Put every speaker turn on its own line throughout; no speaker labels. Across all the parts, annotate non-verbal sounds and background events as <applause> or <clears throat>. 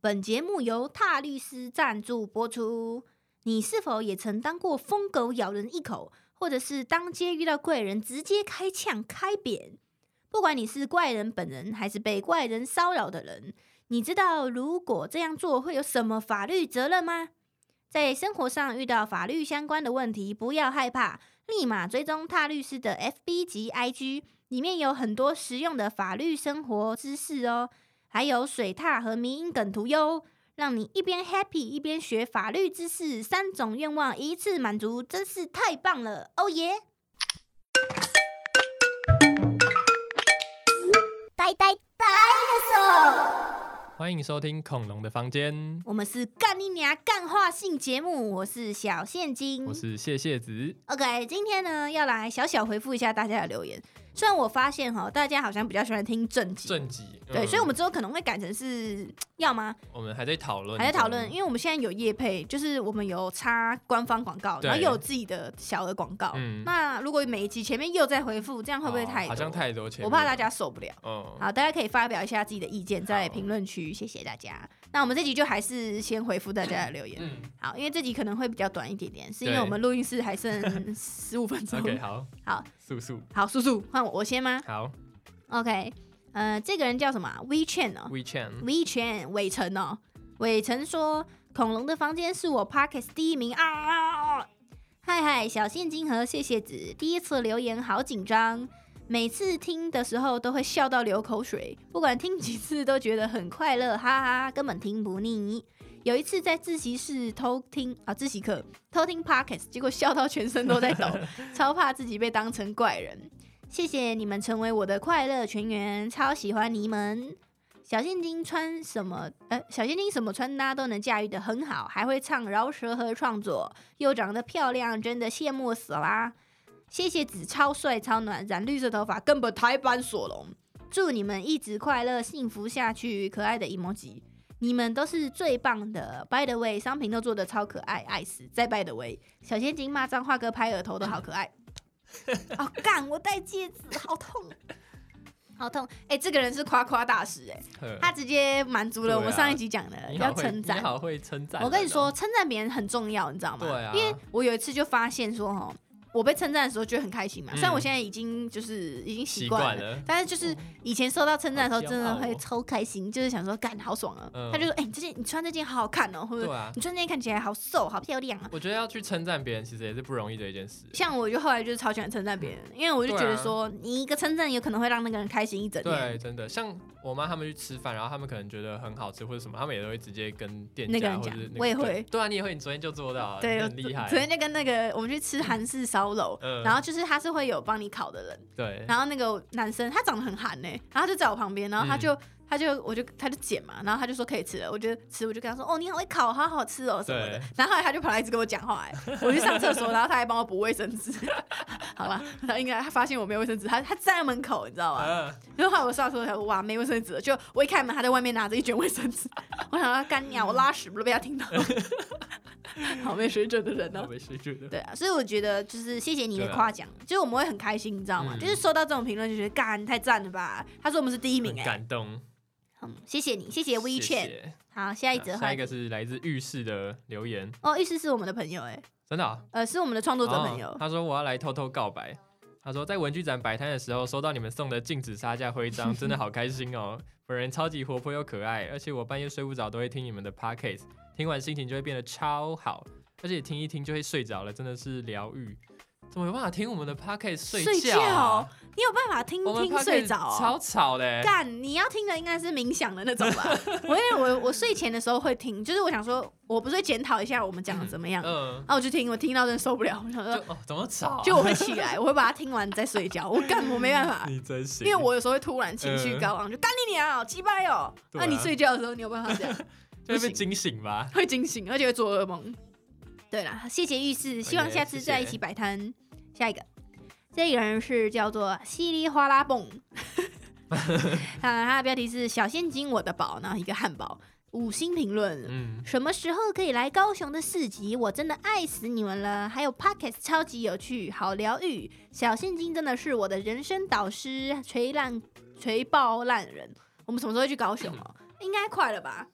本节目由踏律师赞助播出。你是否也曾当过疯狗咬人一口，或者是当街遇到怪人直接开枪开扁？不管你是怪人本人还是被怪人骚扰的人，你知道如果这样做会有什么法律责任吗？在生活上遇到法律相关的问题，不要害怕，立马追踪踏律师的 FB 及 IG，里面有很多实用的法律生活知识哦。还有水獭和迷因梗图哟，让你一边 happy 一边学法律知识，三种愿望一次满足，真是太棒了！哦耶！
呆呆 dinosaur，
欢迎收听《恐龙的房间》，
我们是干你娘干话性节目，我是小现金，
我是谢谢子。
OK，今天呢要来小小回复一下大家的留言。虽然我发现哈，大家好像比较喜欢听正集，
正集
对，
嗯
所以我们之后可能会改成是要吗？
我们还在讨论，
还在讨论，因为我们现在有业配，就是我们有插官方广告，
对
然后又有自己的小额广告。
嗯
那如果每一集前面又再回复，这样会不会
哦
太、
好像，太多钱？
我怕大家受不了。
嗯，
好，大家可以发表一下自己的意见，在
好
评论区，谢谢大家。那我们这集就还是先回复大家的留言。 <laughs>
嗯
好，因为这集可能会比较短一点点，是因为
对
我们录音室还剩十五分钟。
<laughs> ，OK，好，
<laughs> 好，
速速，
好，叔叔换我，我先吗
好
？OK，呃，这个人叫什么啊？WeChat 哦，
，WeChat，
维权伟成哦，伟成说恐龙的房间是我 Parkes 第一名啊啊！啊嗨嗨，小现金和谢谢子第一次留言好紧张，每次听的时候都会笑到流口水，不管听几次都觉得很快乐，哈哈，根本听不腻。有一次在自习室偷听啊，自习课偷听 Parkes，结果笑到全身都在抖，超怕自己被当成怪人。谢谢你们成为我的快乐全员，超喜欢你们。小现金穿什么？呃，小现金什么穿搭都能驾驭的很好，还会唱饶舌和创作，又长得漂亮，真的羡慕死啦！谢谢子超帅超暖，染绿色头发根本台版索隆。祝你们一直快乐幸福下去，可爱的 emoji，你们都是最棒的。By the way，商品都做的超可爱，爱死！再 By the way，小现金骂脏话哥拍额头都好可 <laughs> 爱。好、干！我戴戒指，好痛，好痛！哎、这个人是夸夸大师哎、
呵 <laughs>
他直接满足了我们上一集讲的、
啊你好
要
会
称赞
你。好会称赞人哦。
我跟你说，称赞别人很重要，你知道吗？
对啊
因为我有一次就发现说，哦，我被称赞的时候觉得很开心嘛。
嗯
虽然我现在已经就是已经习惯
习
了，
惯了哦
但是就是以前受到称赞的时候，
好
真
骄
的
傲哦
会超开心，就是想说，干好爽啊！
嗯
他就说，哎、你这件你穿这件好好看哦，或者
对啊，
你穿这件看起来好瘦，好漂亮啊。
我觉得要去称赞别人，其实也是不容易的一件事。
像我就后来就是超喜欢称赞别人，因为我就觉得
对啊
说，你一个称赞有可能会让那个人开心一整天。
对，真的，像我妈他们去吃饭，然后他们可能觉得很好吃或者什么，他们也都会直接跟店
那个
家
人
或者
讲
是那个
我也
对
会
对啊，你也会，你昨天就做到了，
对，
你
我
很厉害
昨。天就跟那个我们去吃韩式烧肉，
嗯
然后就是他是会有帮你烤的人，
对，
然后那个男生他长得很韩呢、然后他就在我旁边，然后他
嗯
就、他就我就他就剪嘛，然后他就说可以吃了，我就吃，我就跟他说哦你好会烤，好好吃哦什么的
对，
然后后来他就跑来一直跟我讲
<laughs>
话、欸，我去上厕所，然后他还帮我补卫生纸， <laughs> 好吧，他应该他发现我没有卫生纸，他他站在门口你知道吗？
嗯
然后后来我上厕所想说哇没卫生纸了，就我一开门他在外面拿着一卷卫生纸， <laughs> 我想要干啊鸟，我拉屎不都被他听到， <laughs> 好没水准的人哦
我。没事，觉 <laughs> 得
对啊，所以我觉得就是谢谢你的
对啊
夸奖，就是我们会很开心，你知道吗？
嗯
就是收到这种评论就觉得干太赞了吧？他说我们是第一名
很
哎、
感动。
嗯，谢谢你，谢谢 WeChat。
谢
好，下一
谢
则
下
话
一个
题
是来自浴室的留言，
哦，意思是我们的朋友哎、
真的啊、
呃，是我们的创作者朋友。
哦他说我要来偷偷告白。他说在文具展摆摊的时候，收到你们送的禁止杀价徽
<laughs>
章，真的好开心哦！本人超级活泼又可爱，而且我半夜睡不着都会听你们的 podcast，听完心情就会变得超好，而且听一听就会睡着了，真的是疗愈。怎么有办法听我们的 podcast
睡
觉啊、
你有办法听
我们
听
podcast
睡着、哦？
超吵的、欸，
干，你要听的应该是冥想的那种
<laughs>
吧？我因为我我睡前的时候会听，就是我想说，我不是会检讨一下我们讲的怎么样，
嗯，
啊，我就听，我听到真的受不了，我想
就
说，
哦怎么吵、啊？
就我会起来，我会把它听完再睡觉。我干，我没办法，
你真行，
因为我有时候会突然情绪
嗯
高昂，就干你娘哦，鸡巴哟！
对
那、
啊
你睡觉的时候，你有办法这样？不
就会被
行
惊醒吧。
会惊醒，而且会做噩梦。嗯对啦，谢谢浴室，希望下次
谢谢
再一起摆摊。下一个，这个人是叫做稀里哗啦蹦， <laughs> 啊，他的标题是“小现金我的宝”，然后一个汉堡，五星评论。
嗯，
什么时候可以来高雄的市集？我真的爱死你们了！还有 Pockets 超级有趣，好疗愈。小现金真的是我的人生导师，锤烂锤爆烂人。我们什么时候会去高雄哦？应该快了吧？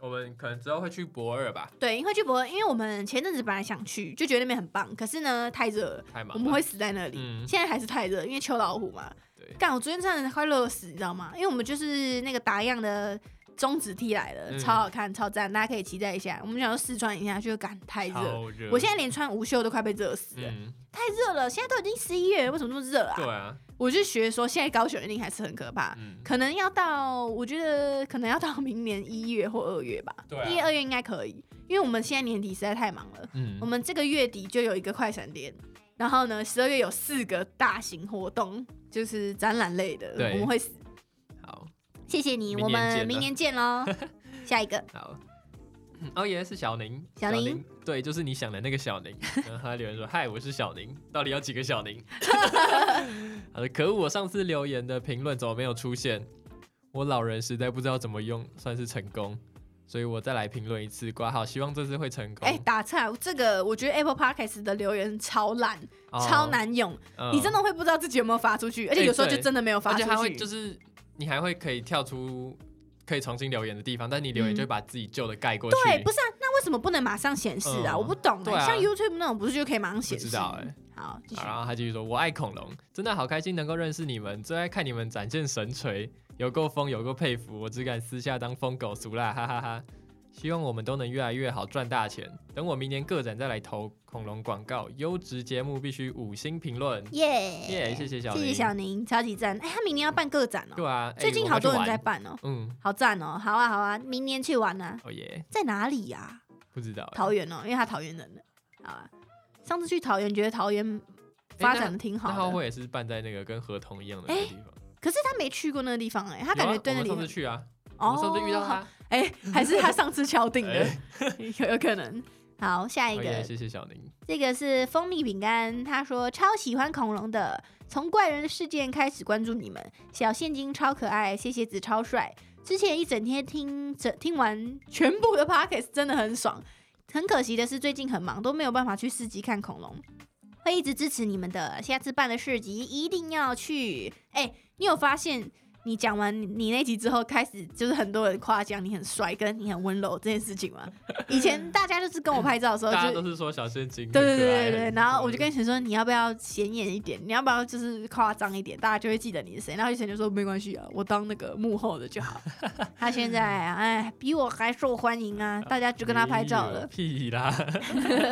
我们可能之后会去博尔吧，
对，因为去博尔，因为我们前阵子本来想去，就觉得那边很棒，可是呢太热了，
太
<laughs> 我
麻烦。
们会死在那里。
嗯，
现在还是太热，因为秋老虎嘛。
对，
干，我昨天真的快热死，你知道吗？因为我们就是那个打样的中指踢来了，
嗯
超好看，超赞，大家可以期待一下。我们想要试穿一下，就感太热。
超热。
我现在连穿无袖都快被热死了，
嗯，
太热了！现在都已经十一月了，为什么这么热
对
啊？ <laughs>
啊，
我就学说，现在高雄一定还是很可怕，
嗯，
可能要到，我觉得可能要到明年一月或二月吧。
对啊
一月二月应该可以，因为我们现在年底实在太忙了。
嗯
我，们这个月底就有一个快闪店，然后呢，十二月有四个大型活动，就是展览类的，
对
我们会死。
好
谢谢你，
明年
我
见
们
了
明年见喽。
<laughs>
下一个，
好。嗯哦耶，是小宁，
小宁
宁，对，就是你想的那个小
<laughs>
宁。然后他留言说：“嗨，我是小宁，到底有几个小宁？” <laughs> 好的，可恶，我上次留言的评论怎么没有出现？我老人实在不知道怎么用算是成功，所以我再来评论一次，挂号，希望这次会成功。
哎、打岔，这个我觉得 Apple Podcast 的留言超烂，
哦
超，难用，
嗯哎
你真的会不知道自己有没有发出去，而且有时候就真的没有发
而
出
且
去。
它会就是你还会可以跳出可以重新留言的地方，但你留言
嗯
就会把自己旧的盖过去。
对，不是啊，那为什么不能马上显示啊？
嗯
我不懂、
对啊
像 YouTube 那种不是就可以马上显
不
示？
知道哎
好，继续
好。然后他继续说：“我爱恐龙，真的好开心能够认识你们，最爱看你们展现神锤，有够疯，有够佩服，我只敢私下当疯狗俗啦，哈哈哈希望我们都能越来越好，赚大钱。等我明年个展再来投恐龙广告，优质节目必须五星评论。耶、
耶
谢谢小
谢
林，
谢小宁，超级赞！哎、他明年要办个展哦、
对啊，哎
最近好多人在，
我们要去
办哦、
玩嗯，
好赞哦、好啊好啊，明年去玩啊，
哦耶，
在哪里呀、
不知道哎
桃园哦、因为他桃园人的，好啊。上次去桃园，觉得桃园发展的挺
那浩
好的，
会也是办在那个跟合同一样的那个地方。
可是他没去过那个地方哎、他感
有
觉
啊
对那
我
里
们上
很
次去啊，我
哦，
们上次遇到
好
他，
哎、还是他上次敲
<laughs>
定的，
哎
有有可能。好，下一
哦
个
耶，谢谢小宁，
这个是蜂蜜饼干，他说超喜欢恐龙的，从怪人的事件开始关注你们，小现金超可爱，谢谢子超帅。之前一整天听整听完全部的 pockets 真的很爽，很可惜的是最近很忙，都没有办法去市集看恐龙。会一直支持你们的，下次办的市集一定要去。哎、你有发现你讲完你你那集之后，开始就是很多人夸奖你很帅，跟你很温柔这件事情吗？以前大家就是跟我拍照的时候，
大家
就
都是说小现金很可
对对
爱，
对对对，然后我就跟陈说，你要不要显眼一点？你要不要就是夸张一点，大家就会记得你是谁。然后陈就说没关系啊，我当那个幕后的就
<laughs>
好。他现在哎比我还受欢迎啊，大家就跟他拍照
没有
了。
嗯屁啦，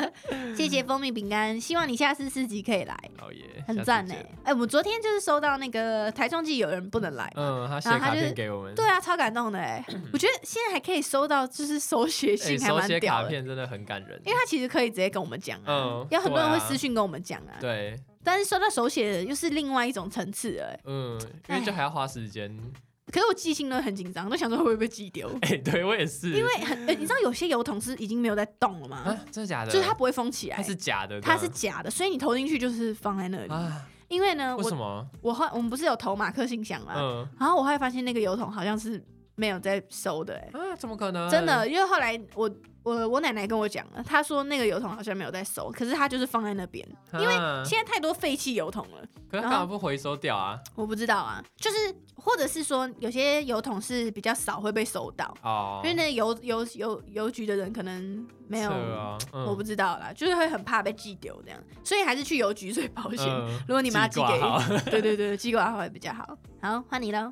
<laughs> 谢谢蜂蜜饼干，希望你下次四级可以来，
老爷
很赞
呢
哎、。哎，我们昨天就是收到那个台中记有人不能来。
嗯，他写
然后他
卡
就
片给我们，
对啊，超感动的
<clears throat>
哎、我觉得现在还可以收到，就是手写
哎，
信还
手
蛮
写
屌
卡
的，
片真的很感人
因，为他其实可以直接跟我们讲啊
嗯，
有很多人
对
会
啊
私信跟我们讲啊，
对，
但是收到手写的又是另外一种层次了欸。
嗯，因为就还要花时间， <laughs>
可是我寄信都很紧张，都想说会不会被寄丢，
哎，对我也是，
<laughs> 因为很、呃你知道有些邮筒是已经没有在动了吗？
啊，真的假的？
就是它不会封起来，
它是假的，
它是假的，所以你投进去就是放在那里。
啊，
因为呢，
为什
我
么？
我后我们不是有投马克信箱吗？
嗯
然后我后来发现那个邮筒好像是没有在收的、欸，
啊，怎么可能？
真的，因为后来我我我奶奶跟我讲了，她说那个邮筒好像没有在收，可是它就是放在那边。
啊，
因
为
现在太多废弃邮筒了，
可是干嘛不回收掉啊？
我不知道啊，就是或者是说有些邮筒是比较少会被收到，
哦
因，为那邮邮邮邮局的人可能没有，
是哦，
我不知道啦，就是会很怕被寄丢这样，所以还是去邮局最保险。
嗯
如果你妈
妈
寄给， <laughs> 对对对，寄过来会比较好。好，换你
<laughs>
喽。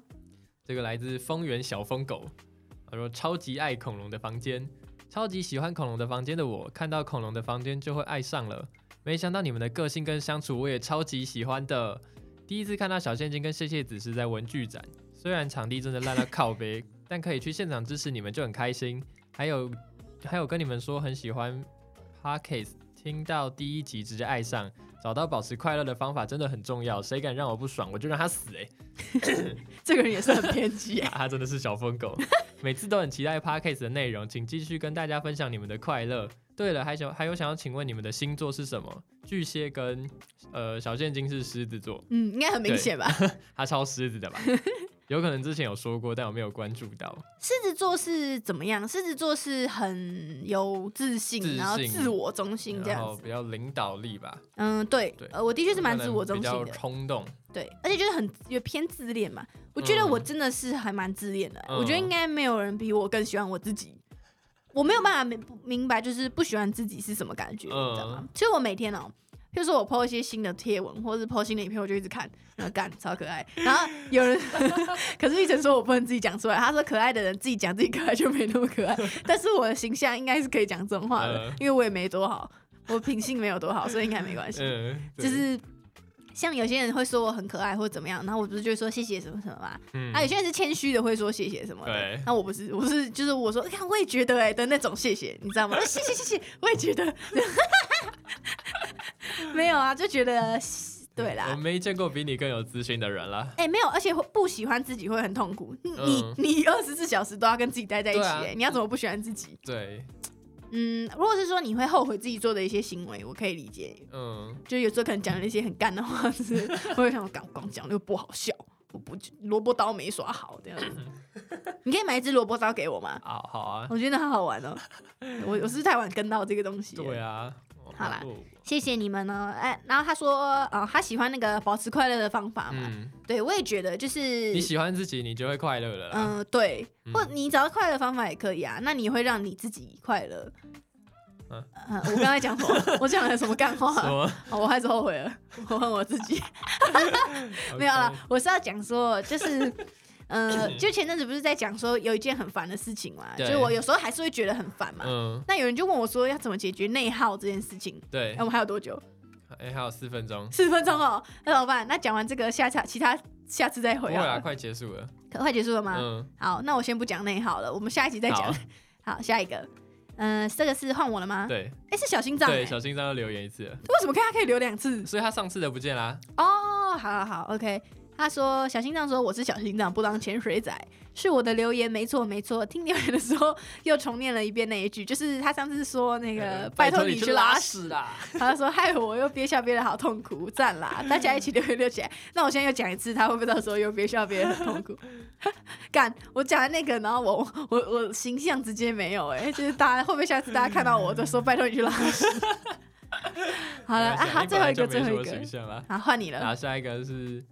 这个来自丰原小疯狗，他说超级爱恐龙的房间，超级喜欢恐龙的房间的我，看到恐龙的房间就会爱上了。没想到你们的个性跟相处，我也超级喜欢的。第一次看到小现金跟谢谢子是在文具展，虽然场地真的烂到靠背， <laughs> 但可以去现场支持你们就很开心。还有，还有跟你们说很喜欢 Parkes，听到第一集直接爱上，找到保持快乐的方法真的很重要。谁敢让我不爽，我就让他死、欸！
这个人也是很偏激、欸，
他真的是小疯狗，每次都很期待 podcast 的内容，请继续跟大家分享你们的快乐。对了，还想还有想要请问你们的星座是什么？巨蟹跟呃小现金是狮子座，
嗯，应该很明显吧？
他超狮子的吧？ <laughs> 有可能之前有说过，但我没有关注到。
狮子座是怎么样？狮子座是很有自信，
自信
然后自我中心这
然
样
后
子。
比较领导力吧，
嗯，对，
对
呃，我的确是蛮自我中
可
心
能
的
比较，冲动。
对，而且就是很也偏自恋嘛。我觉得
嗯
我真的是还蛮自恋的欸、
嗯
我觉得应该没有人比我更喜欢我自己。我没有办法明明白，就是不喜欢自己是什么感觉，
嗯
你知道吗？其实我每天哦、譬如说我 PO 一些新的贴文，或是 PO 新的影片，我就一直看，然后干超可爱。然后有人， <laughs> 可是一直说我不能自己讲出来，他说可爱的人自己讲自己可爱就没那么可
<laughs>
爱，但是我的形象应该是可以讲真话的
嗯，
因为我也没多好，我品性没有多好，所以应该没关系。
嗯，对
<laughs> 就是像有些人会说我很可爱或怎么样，然后我不是就会说谢谢什么什么嘛。
嗯
啊，有些人是谦虚的，会说谢谢什么的
对。
那我不是，我是就是我说，哎看我也觉得哎、的那种谢谢，你知道吗？ <laughs> 谢谢谢谢，我也觉得。 <laughs> 没有啊，就觉得对
嗯我
啦。
没见过比你更有自信的人啦。
哎、没有，而且会不喜欢自己会很痛苦。你、
嗯
你你二十四小时都要跟自己待在一起、
对啊
哎、你要怎么不喜欢自己？
对，
嗯，如果是说你会后悔自己做的一些行为，我可以理解。
嗯，
就有时候可能讲了一些很干的话， <laughs> 就是我会想讲光讲又不好笑，我不萝卜刀没耍好这样子。你可以买一支萝卜刀给我吗？
啊，好啊，
我觉得很好玩哦。我我是不是太晚跟到这个东西。
对，啊，
好啦
哦
谢谢你们呢、哎，然后他说，呃，他喜欢那个保持快乐的方法嘛。
嗯，
对，我也觉得就是
你，喜欢自己，你就会快乐了啦。
嗯、对，
嗯
或你找到快乐的方法也可以啊。那你会让你自己快乐。嗯
嗯、
我刚才讲什么？ <laughs> 我讲了什么干话、
什 <laughs> 么？
哦，我还是后悔了，我问我自己。没有啦，我是要讲说，
<laughs>
就是。呃，就前阵子不是在讲说有一件很烦的事情嘛，就
对
是我有时候还是会觉得很烦嘛。
嗯，
那有人就问我说要怎么解决内耗这件事情？
对
哎、，我们还有多久？
哎，还有四
<laughs>
分钟，
四分钟哦，那怎么办？那讲完这个，下次其他下次再
不
回
会
好
啦，
了。
快结束了。
可快结束了吗？
嗯，
好，那我先不讲内耗了，我们下一集再讲
好。啊
好，下一个，嗯、这个是换我了吗？ <laughs>
对
哎、是小心脏、
对，
欸，
小心脏又留言一次了，
为什么看他可以留两次？
所以他上次的不见啦。
哦，好好好，OK。他说：“小心脏说我是小心脏，不当潜水仔，是我的留言，没错没错。听留言的时候又重念了一遍那一句，就是他上次说那个
呃
拜托
托
你
去
去拉屎，
屎啦！
他说害我又憋笑憋得好痛苦，赞啦！
<laughs>
大家一起留言留起来。那我现在又讲一次，他会不会到时候又憋笑憋得很痛苦？ <laughs> 干，我讲的那个，然后我我我形象直接没有、哎，就是大家会不会下次大家看到我就说拜托你去拉屎？ <laughs> 好了，啊，
没关系
好，
你
最
本
后
来
一个，
就
最后
没什
一
么
个
形，象啦。
好，换你了。
然后下一个是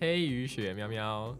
黑雨雪喵喵，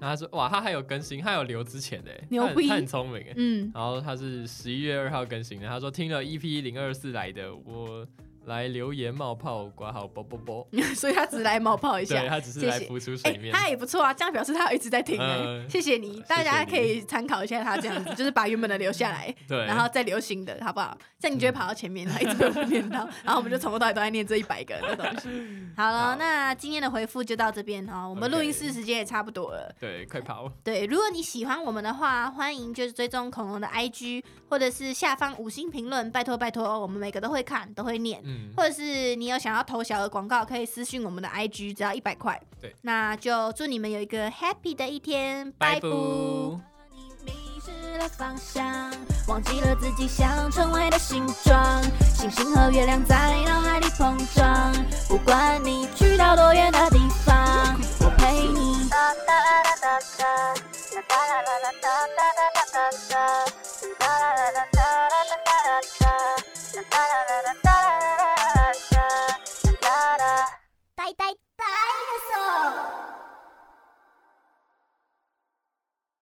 然后他说哇，他还有更新，他有留之前的欸，
牛
他很
逼
他很聪明哎。
嗯，
然后他是十一月二号更新的，他说听了 EP 零二四来的，我来留言冒泡挂号啵啵啵，
<laughs> 所以他只来冒泡一
对
下。
他只是
谢
来
谢
浮出水
哎、
面。
他也不错啊，这样表示他有一直在听、哎、
嗯
谢谢你，大家可以参考一下他这样
<laughs>
子，就是把原本的留下来，
对，
然后再留新的，好不好？这样你就会跑到前面，然后一直被我们念
<laughs>
到，然后我们就从头到尾都在念这一百个的东西。好了，
好
那今天的回复就到这边哦，我们
OK
录音室时间也差不多了。
对，快跑，
对，如果你喜欢我们的话，欢迎就是追踪恐龙的 IG，或者是下方五星评论，拜托拜托，我们每个都会看，都会念。
嗯，
或者是你有想要投小额广告，可以私信我们的 IG，只要一百块。
对，
那就祝你们有一个 happy 的一天，
拜
拜
拜。
你迷失了方向，忘记了自己想成为的形状。星星和月亮在脑海里碰撞，不管你去到多远的